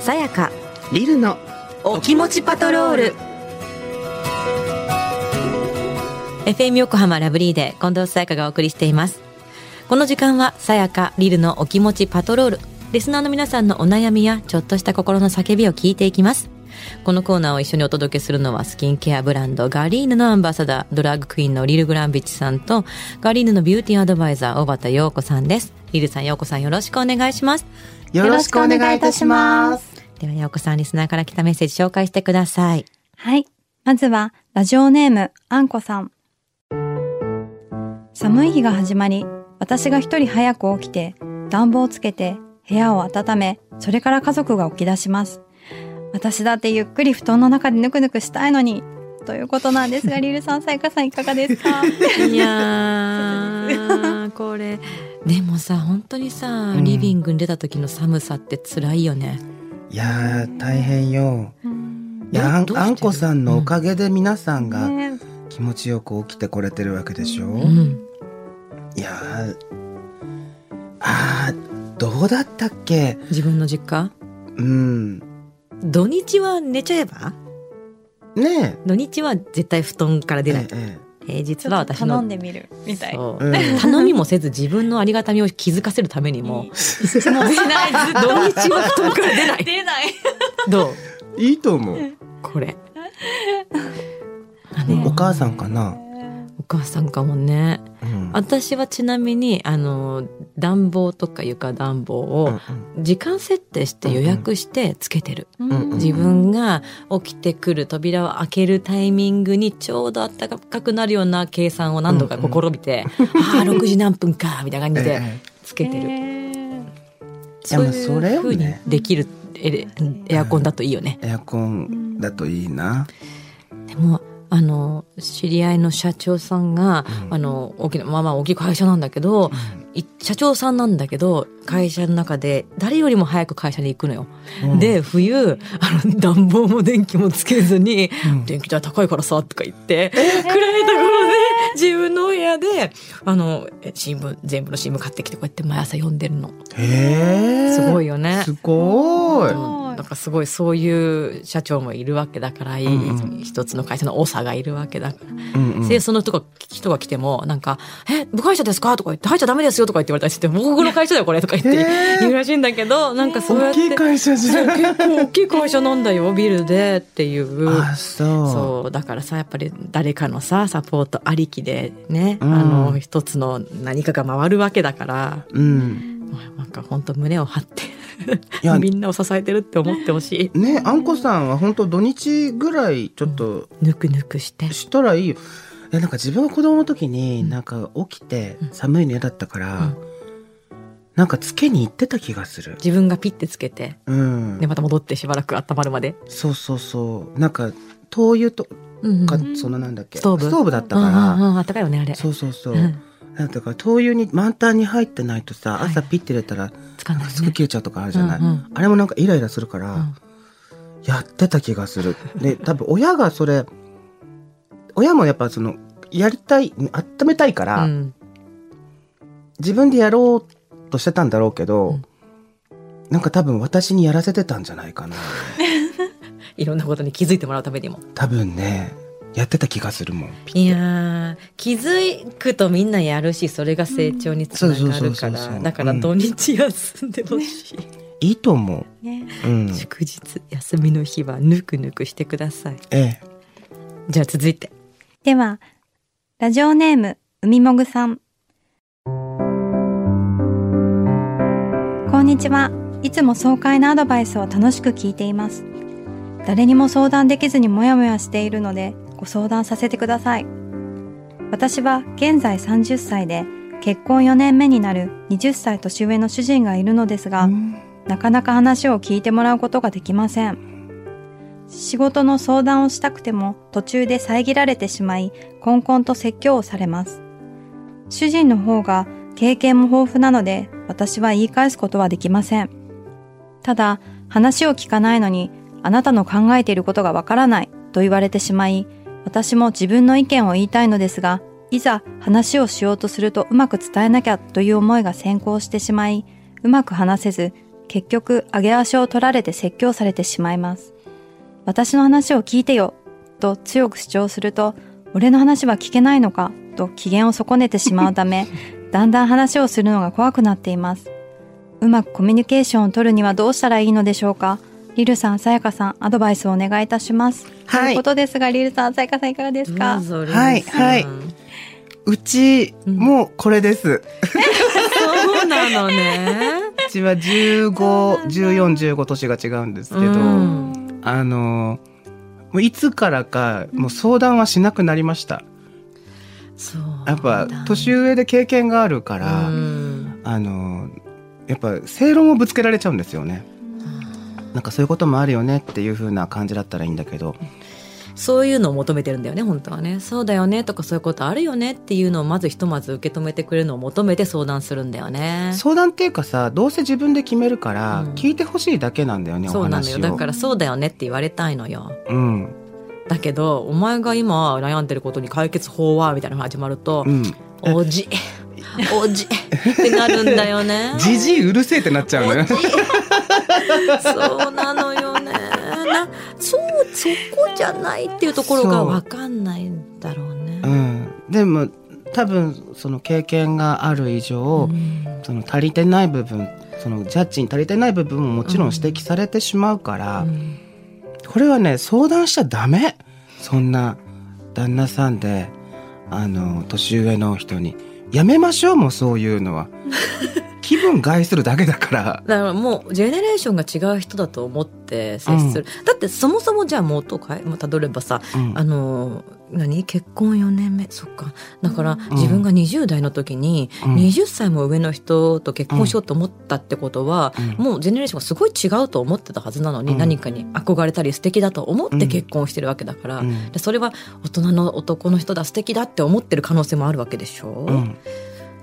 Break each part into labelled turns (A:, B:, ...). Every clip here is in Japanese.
A: さやか
B: リルの
A: お気持ちパトロール FM 横浜ラブリーで近藤さやかがお送りしていますこの時間はさやかリルのお気持ちパトロールリスナーの皆さんのお悩みやちょっとした心の叫びを聞いていきますこのコーナーを一緒にお届けするのはスキンケアブランドガリーヌのアンバサダードラッグクイーンのリル・グランビッチさんとガリーヌのビューティーアドバイザー小畑陽子さんですリルさん陽子さんよろしくお願いします
B: よろしくお願いいたします。
A: では陽子さんリスナーから来たメッセージ紹介してください
C: はい。まずは、ラジオネーム、あんこさん。寒い日が始まり、私が一人早く起きて、暖房をつけて、部屋を温め、それから家族が起き出します。私だってゆっくり布団の中でぬくぬくしたいのに、ということなんで すが、リルさん、さやかさんいかがですか
A: いやーこれでもさ本当にさ
B: うん
A: リビングに出た時の寒さって辛いよね、
B: いやー、大変よ。い
A: ど
B: や、あん
A: どうしてる
B: あんこさんのおかげで皆さんが
C: ね
B: 気持ちよく起きてこれてるわけでしょ。
A: うん、
B: いやー、あー、どうだったっけ
A: 自分の実家
B: うん。
A: 土日は寝ちゃえば
B: ね
A: 土日は絶対布団から
B: え。
A: 出ない、
B: え
A: 平日
C: ちょ
A: は
C: っと
A: 私
C: 頼
A: の
C: んでみる、みたい。も
A: そう
B: えうん
A: 頼みもせず自分のありがたみを気づかせるためにも
C: うしない、ずっと。
A: 土日は布団から出ない
C: 出 ない。
A: どう
B: いいと思う。
A: こ れ
B: お母さんかな。
A: お母さんかもね
B: うん。
A: 私はちなみにあの暖房とか床暖房
B: うんう
A: を
B: ん
A: 時間設定して予約してつけてる、
B: うん
A: 自分が起きてくる扉を開けるタイミングにちょうど暖かくなるような計算を何度か試み て、ああ6時何分かみたいな感じ
B: え
A: で
B: え
A: つけてる、
B: い
A: そ
B: や
A: う
B: ま
A: い
B: あそれ
A: う
B: よ
A: ふうに
B: ね
A: できるエエアコンだといいよね、
B: エアコンだといいな。
A: でもあの知り合いの社長さんが、
B: うん
A: あの大きなまあまあ大きい会社なんだけど、い社長さんなんだけど会社の中で誰よりも早く会社に行くのよ。
B: うん
A: で冬あの暖房も電気もつけずに「
B: うん
A: 電気代高いからさ」とか言って、暗いところで自分の部屋であのえ新聞全部の新聞買ってきてこうやって毎朝読んでるの。
B: へえ。
A: すごいよね
B: すごい。
A: うんなんかすごいそういう社長もいるわけだから、いい
B: うんう
A: 一つの会社の長がいるわけだから。
B: うんうん
A: 清掃のとか人が来ても、なんか、え、部外者ですかとか言って、入っちゃダメですよとか言って言われたりして、僕の会社だよこれとか言って
B: えー
A: 言うらしいんだけど、なんかそうや
B: 大
A: っ
B: き
A: て、
B: い会社じゃん。
A: 結構大きい会社なんだよ、ビルでっていう。
B: あ、そ
A: そう、だからさ、やっぱり誰かのさ、サポートありきでね、
B: うん
A: あの、一つの何かが回るわけだから、
B: う。うん。
A: なんか本当胸を張って
B: いや、、
A: みんなを支えてるって思ってほしい。
B: ね、あんこさんは本当土日ぐらいちょっと
A: ぬくぬくして。
B: したらいいよ。いや、なんか自分が子供の時に、なんか起きて寒いの嫌だったから、なんかつけに行ってた気がする。
A: 自分がピッてつけて、
B: うん
A: で、。また戻ってしばらく温まるまで。
B: そうそうそう。なんか、灯油と
A: うんうん
B: か
A: うん、
B: そのなんだっけ、
A: ストーブ
B: だった
A: うんうん
B: か
A: うん、あったかいよね、あれ。
B: ら、そうそうそう
A: う。ん
B: だから灯油に満タンに入ってないとさ、
A: はい
B: 朝ピッて入れたら、
A: つか
B: なん
A: ない
B: か
A: ね
B: すぐ切れちゃうとかあるじゃない。
A: うんうん
B: あれもなんかイライラするか
A: う
B: ら
A: ん、
B: やってた気がする。で、多分親がそれ、親もやっぱその、やりたい、温めたいから、
A: うん
B: 自分でやろうとしてたんだろうけど、
A: うん
B: なんか多分私にやらせてたんじゃないかな。
A: いろんなことに気づいてもらうためにも。
B: 多分ね、やってた気がするもん。
A: いやー気づくとみんなやるしそれが成長につな
B: うん
A: が
B: そうそう
A: る
B: そ
A: か
B: うそうそ
A: ら
B: う
A: だから
B: うん
A: 土日休んでほしい、
B: いいと思
C: ね
B: う。うん。
A: 祝日休みの日はぬくぬくしてください
B: ええ。
A: じゃあ続いて
C: では、ラジオネーム、海もぐさん。こんにちは。いつも爽快なアドバイスを楽しく聞いています。誰にも相談できずにモヤモヤしているので、ご相談させてください。私は現在30歳で、結婚4年目になる20歳年上の主人がいるのですが、なかなか話を聞いてもらうことができません。仕事の相談をしたくても途中で遮られてしまい、こんこんと説教をされます。主人の方が経験も豊富なので、私は言い返すことはできません。ただ、話を聞かないのに、あなたの考えていることがわからないと言われてしまい、私も自分の意見を言いたいのですが、いざ話をしようとするとうまく伝えなきゃという思いが先行してしまい、うまく話せず、結局上げ足を取られて説教されてしまいます。私の話を聞いてよと強く主張すると、俺の話は聞けないのかと機嫌を損ねてしまうため、だんだん話をするのが怖くなっています。うまくコミュニケーションを取るにはどうしたらいいのでしょうかリルさん、さやかさん、アドバイスをお願いいたします。
B: はい
C: ということですが、リルさん、さやかさんいかがですか
A: どうぞ
B: はい
A: ルナさん
B: はいうちもこれで
A: そ
B: す。
A: うなのね。
B: うちは15、14、15年が違うんですけど、
A: うん
B: あの、もういつからか、もう相談はしなくなりました。
A: そう。
B: やっぱ、年上で経験があるから、
A: うん
B: あの、やっぱ正論をぶつけられちゃうんですよね。なんかそういうこともあるよねっていう風な感じだったらいいんだけど、
A: そういうのを求めてるんだよね、本当はね。そうだよねとかそういうことあるよねっていうのをまずひとまず受け止めてくれるのを求めて相談するんだよね。
B: 相談っていうかさ、どうせ自分で決めるから
A: うん、
B: 聞いてほしいだけなんだよね、お
A: そうなの
B: 話
A: よ。
B: を。
A: だからそうだよねって言われたいのよ。
B: うん。
A: だけど、お前が今悩んでることに解決法はみたいなのが始まると
B: う、ん。。
A: おじ、おじってなるんだよね
B: じじいうるせえってなっちゃうのよ。
A: そうなのよね。な、そう、そこじゃないっていうところがわかんないんだろうね
B: う。ん。でも、多分、その経験がある以上、
A: うん
B: その足りてない部分、そのジャッジに足りてない部分ももちろん指摘されてしまうから、
A: うん
B: これはね、相談しちゃダメ。そんな、旦那さんで、あの、年上の人に。やめましょう、もうそういう のは。気分害するだけだから。
A: だからもうジェネレーションが違う人だと思って接する、だってそもそもじゃあ元を変えまあたどればさ
B: うん
A: あの何結婚4年目そっかだから
B: ん
A: 自分が20代の時に
B: うん
A: 20歳も上の人と結婚しようと思ったってことは、
B: うん
A: もうジェネレーションがすごい違うと思ってたはずなのに、
B: うん
A: 何かに憧れたり素敵だと思って結婚してるわけだから、
B: うん
A: でそれは大人の男の人だ素敵だって思ってる可能性もあるわけでしょ、
B: うん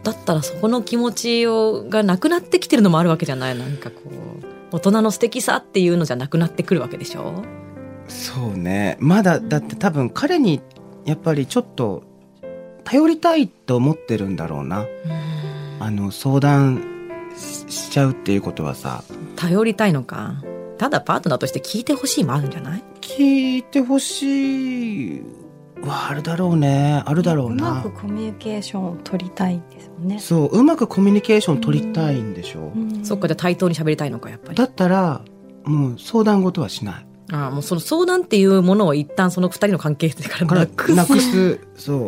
A: だったらそこの気持ちをがなくなってきてるのもあるわけじゃないなんかこう大人の素敵さっていうのじゃなくなってくるわけでしょ
B: そうね。まだ、だって多分彼に、やっぱりちょっと、頼りたいと思ってるんだろうな。あの、相談ししちゃうっていうことはさ、
A: 頼りたいのかただパートナーとして聞いてほしいもあるんじゃない
B: 聞いてほしいはあるだろうね。あるだろう
C: う
B: な。
C: まくコミュニケーションを取りたいんですもんね。
B: そう、うまくコミュニケーション取りたいんでしょう。
A: そっかじゃあ対等に喋りたいのかやっぱり
B: だったら、もう相談事はしない。
A: ああもうその相談っていうものを一旦その二人の関係性から
B: から
A: なくす
B: なくす。そう。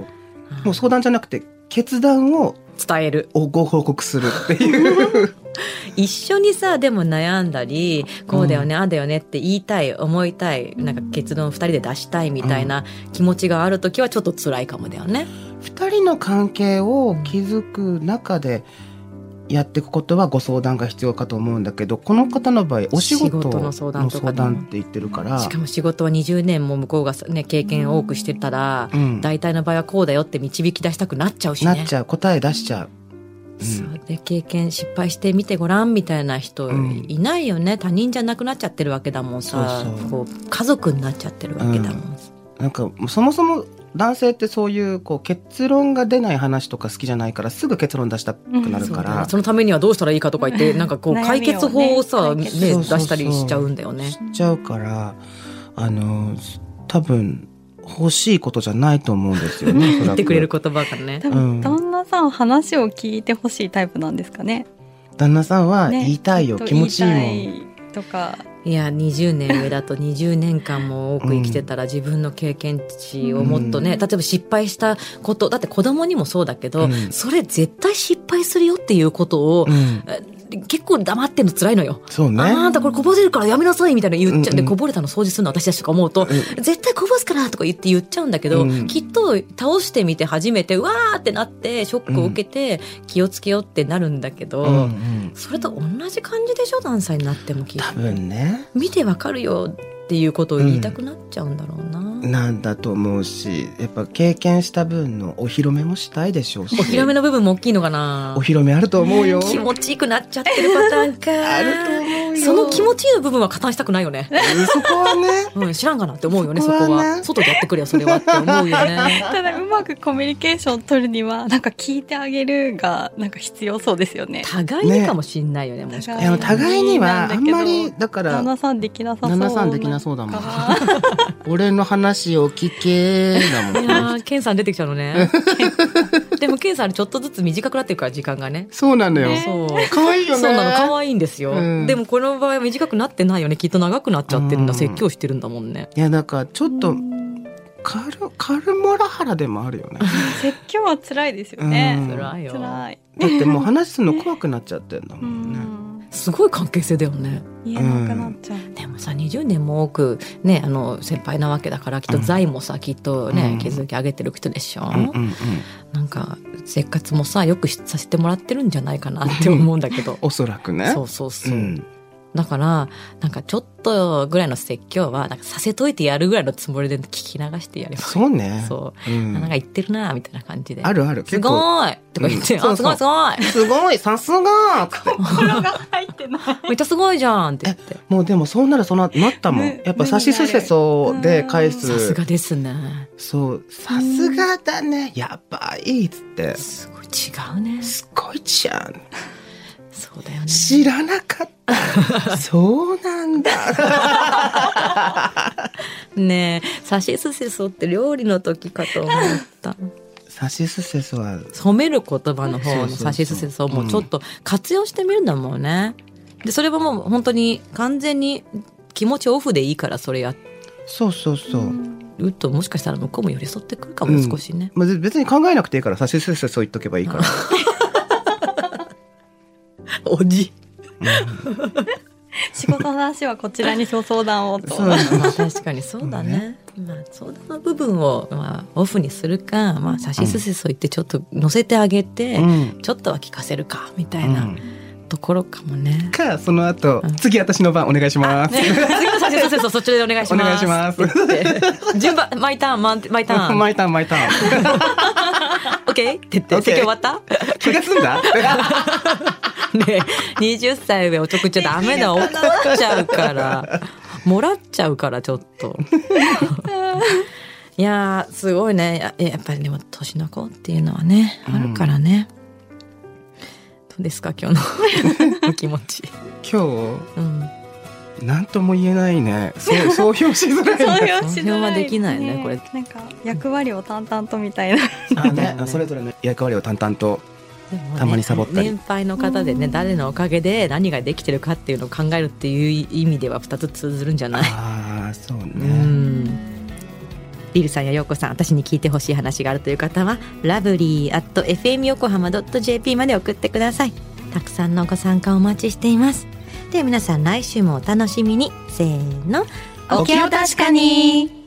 B: もう相談じゃなくて、決断を
A: 伝える
B: おご報告するって いう。
A: 一緒にさでも悩んだりこうだよね、ああだよねって言いたい思いたいなんか結論二人で出したいみたいな気持ちがある時はちょっと辛いかもだよね。
B: 二人の関係を築く中で、やっていくことはご相談が必要かと思うんだけど、この方の場合、お仕事
A: 仕事の
B: の
A: 相
B: 相
A: 談
B: 談
A: とかでも
B: って言ってるから
A: し、かも仕事は20年も向こうがさね経験を多くしてたら、
B: うん
A: 大体の場合はこうだよって導き出したくなっちゃうしね。
B: なっちゃう、答え出しちゃう。
A: そうで経験失敗してみてごらんみたいな人
B: うん
A: いないよね、他人じゃなくなっちゃってるわけだもんさ
B: そうそう
A: こう家族になっちゃってるわけだもん、
B: なんかそもそも男性ってそういうこう結論が出ない話とか好きじゃないからすぐ結論出したくなる
A: そう
B: か、
A: だかららそのためにはどうしたらいいかとか言ってなんか こう
C: 悩みをね
A: 解決法をさ、ね
C: 解決
A: 出
B: そうそうそう
A: したりしちゃうんだよね。
B: しちゃうからあの多分欲しいことじゃないと思うんですよね。おそらく
A: 言ってくれる言葉がね
C: 多。
B: うん
C: 分旦那さん話を聞いてほしいタイプなんですかね。
B: 旦那さんは
C: ね
B: 言いたいよ、
C: きっと
B: 気持ちいいもん。
C: 言いたいとか。
A: いや20年上だと20年間も多く生きてたら自分の経験値をもっとね、例えば失敗したことだって子供にもそうだけど、
B: うん
A: それ絶対失敗するよっていうことを、
B: うん、
A: え結構黙ってんの辛いのよ。
B: そうね。
A: あんたこれこぼれるからやめなさいみたいな言っちゃう、
B: うんう
A: で
B: ん
A: こぼれたの掃除するの私たちとか思うと、絶対こぼすからとか言って言っちゃうんだけど、
B: うん
A: きっと倒してみて初めてうわーってなってショックを受けて気をつけようってなるんだけど、
B: うんうん、
A: それと同じ感じでしょ何歳になってもきっと
B: 多分ね
A: 見てわかるよっていうことを言いたくなっちゃうんだろうな。
B: なんだと思うしやっぱ経験した分のお披露目もしたいでしょうし
A: お披露目の部分も大きいのかな
B: お披露目あると思うよ。
A: 気持ちよくなっちゃってるパターンか。
B: あると思うよよ
A: その気持ちいいの部分は加担したくないよね。
B: そこはね
A: うん、知らんがなって思うよね、そ
B: そ
A: こ
B: こはね
A: は。外でやってくれよ、それはって思う よね。
C: ただうまくコミュニケーション取るにはなんか聞いてあげるがなんか必要そうですよね
A: 互いにかもしんないよね、もしか
B: い やあの互いにはあんまりだから
C: 旦那さんできなさそう
B: 旦那さんできなそうだ もん
C: か
B: 俺の話を聞けだも
A: い
B: ん
A: やー、ケンさん出てきちゃうのね。 でも、ケンさんあれちょっとずつ短くなってるから、時間がね。
B: そうなのよ、
C: ね
A: そう。
B: 可愛いよ
A: そう
B: ね
A: なの、可愛いんですよ。
B: うん
A: でも、この場合は短くなってないよね。きっと長くなっちゃってるんだ。
B: うん
A: 説教してるんだもんね。
B: いやだからちょっ
C: う
B: と
C: ん
B: カルカルモラハラでもあるよね
C: 説教は辛いですよね
B: うん
A: 辛いよ。
C: 辛い
B: だってもう話すの怖くなっちゃってるんだも
C: うん
B: ね
C: ん
A: すごい関係性だよね。
C: 言えなくなっちゃう
A: でもさ20年も多くねあの先輩なわけだからきっと財もさ、きっとね
B: うん
A: 築き上げてる人でしょ、
B: うんうんうん
A: なんか生活もさよくしさせてもらってるんじゃないかなって思うんだけど
B: おそらくね
A: そうそうそう、
B: ん、
A: だからなんかちょっとぐらいの説教はなんかさせといてやるぐらいのつもりで聞き流してやれば
B: そうね、
A: そうう、
B: ん、
A: なんか言ってるなみたいな感じで
B: あるある
A: す
B: 結構
A: ごいとか言って、
B: うんそ
A: あ
B: う
A: す
B: そう
A: ごいすごい
B: すごいさすがっつって
C: 心が入ってない
A: めっちゃすごいじゃんって言って
B: もうでもそうならそうななったもん、
C: ね
B: やっぱさしすせそうで返す
A: さすがですね
B: そうさすがだねやばいっつって
A: すごい違うね
B: すごいじゃん
A: そうだよね
B: 知らなかった そうなんだ
A: ねえ、さしすせそって料理の時かと思 った。
B: さしすせそは
A: 褒める言葉の方
B: そう
A: の
B: そうそう
A: さしすせそもちょっと活用してみるんだもんね。で、それはもう本当に完全に気持ちオフでいいからそれや
B: そうそうそう、
A: ると、もしかしたら向こうも寄り添ってくるかも
B: うん
A: 少しね。
B: まあ、別に考えなくていいからさしすせそ言っとけばい いから
A: おじ。
C: 仕事の話はこちらにご相談をと
B: そうなんだ
A: まあ確かにそうだね。まあ相談の部分を、まあ、オフにするか、まあさしすせそ言ってちょっと乗せてあげて、
B: うん
A: ちょっとは聞かせるか、みた
B: う
A: いなんところかも ね。
B: かその後、
A: うん
B: 次私の番お願いします、
A: ね、次の写真撮影そっちでお願いします。
B: お願いします
A: って言って順番、マイターン、マンマイターン、
B: マイターンマイ ターン
A: オッケーって言って、
B: オッケー
A: 席終わ った
B: 気が済んだ
A: ね20歳上おちょくちゃダメ だ、怒っちゃうから。もらっちゃうから、ちょっ と。いやー、すごいね。ややっぱりでも、年の子っていうのはね、
B: うん
A: あるからね。どうですか、今日 のお気持ち。
B: 今
A: うん。
B: 日なんとも言えないね そう総評しづらい
C: そう
B: ね
C: いう指導
A: はできないねこれ
C: なんか役割を淡々とみたいな。
B: あねそれぞれの役割を淡々と
A: でもね
B: たまにサボったり
A: 年配の方でね、
C: うん
A: 誰のおかげで何ができてるかっていうのを考えるっていう意味では2つ通ずるんじゃない
B: ああそうね、
A: うんリルさんやヨーコさん私に聞いてほしい話があるという方はラブリー at fm 横浜 .jp まで送ってくださいたくさんのご参加お待ちしていますでは皆さん来週もお楽しみにせーの
B: お気を
C: 確かに。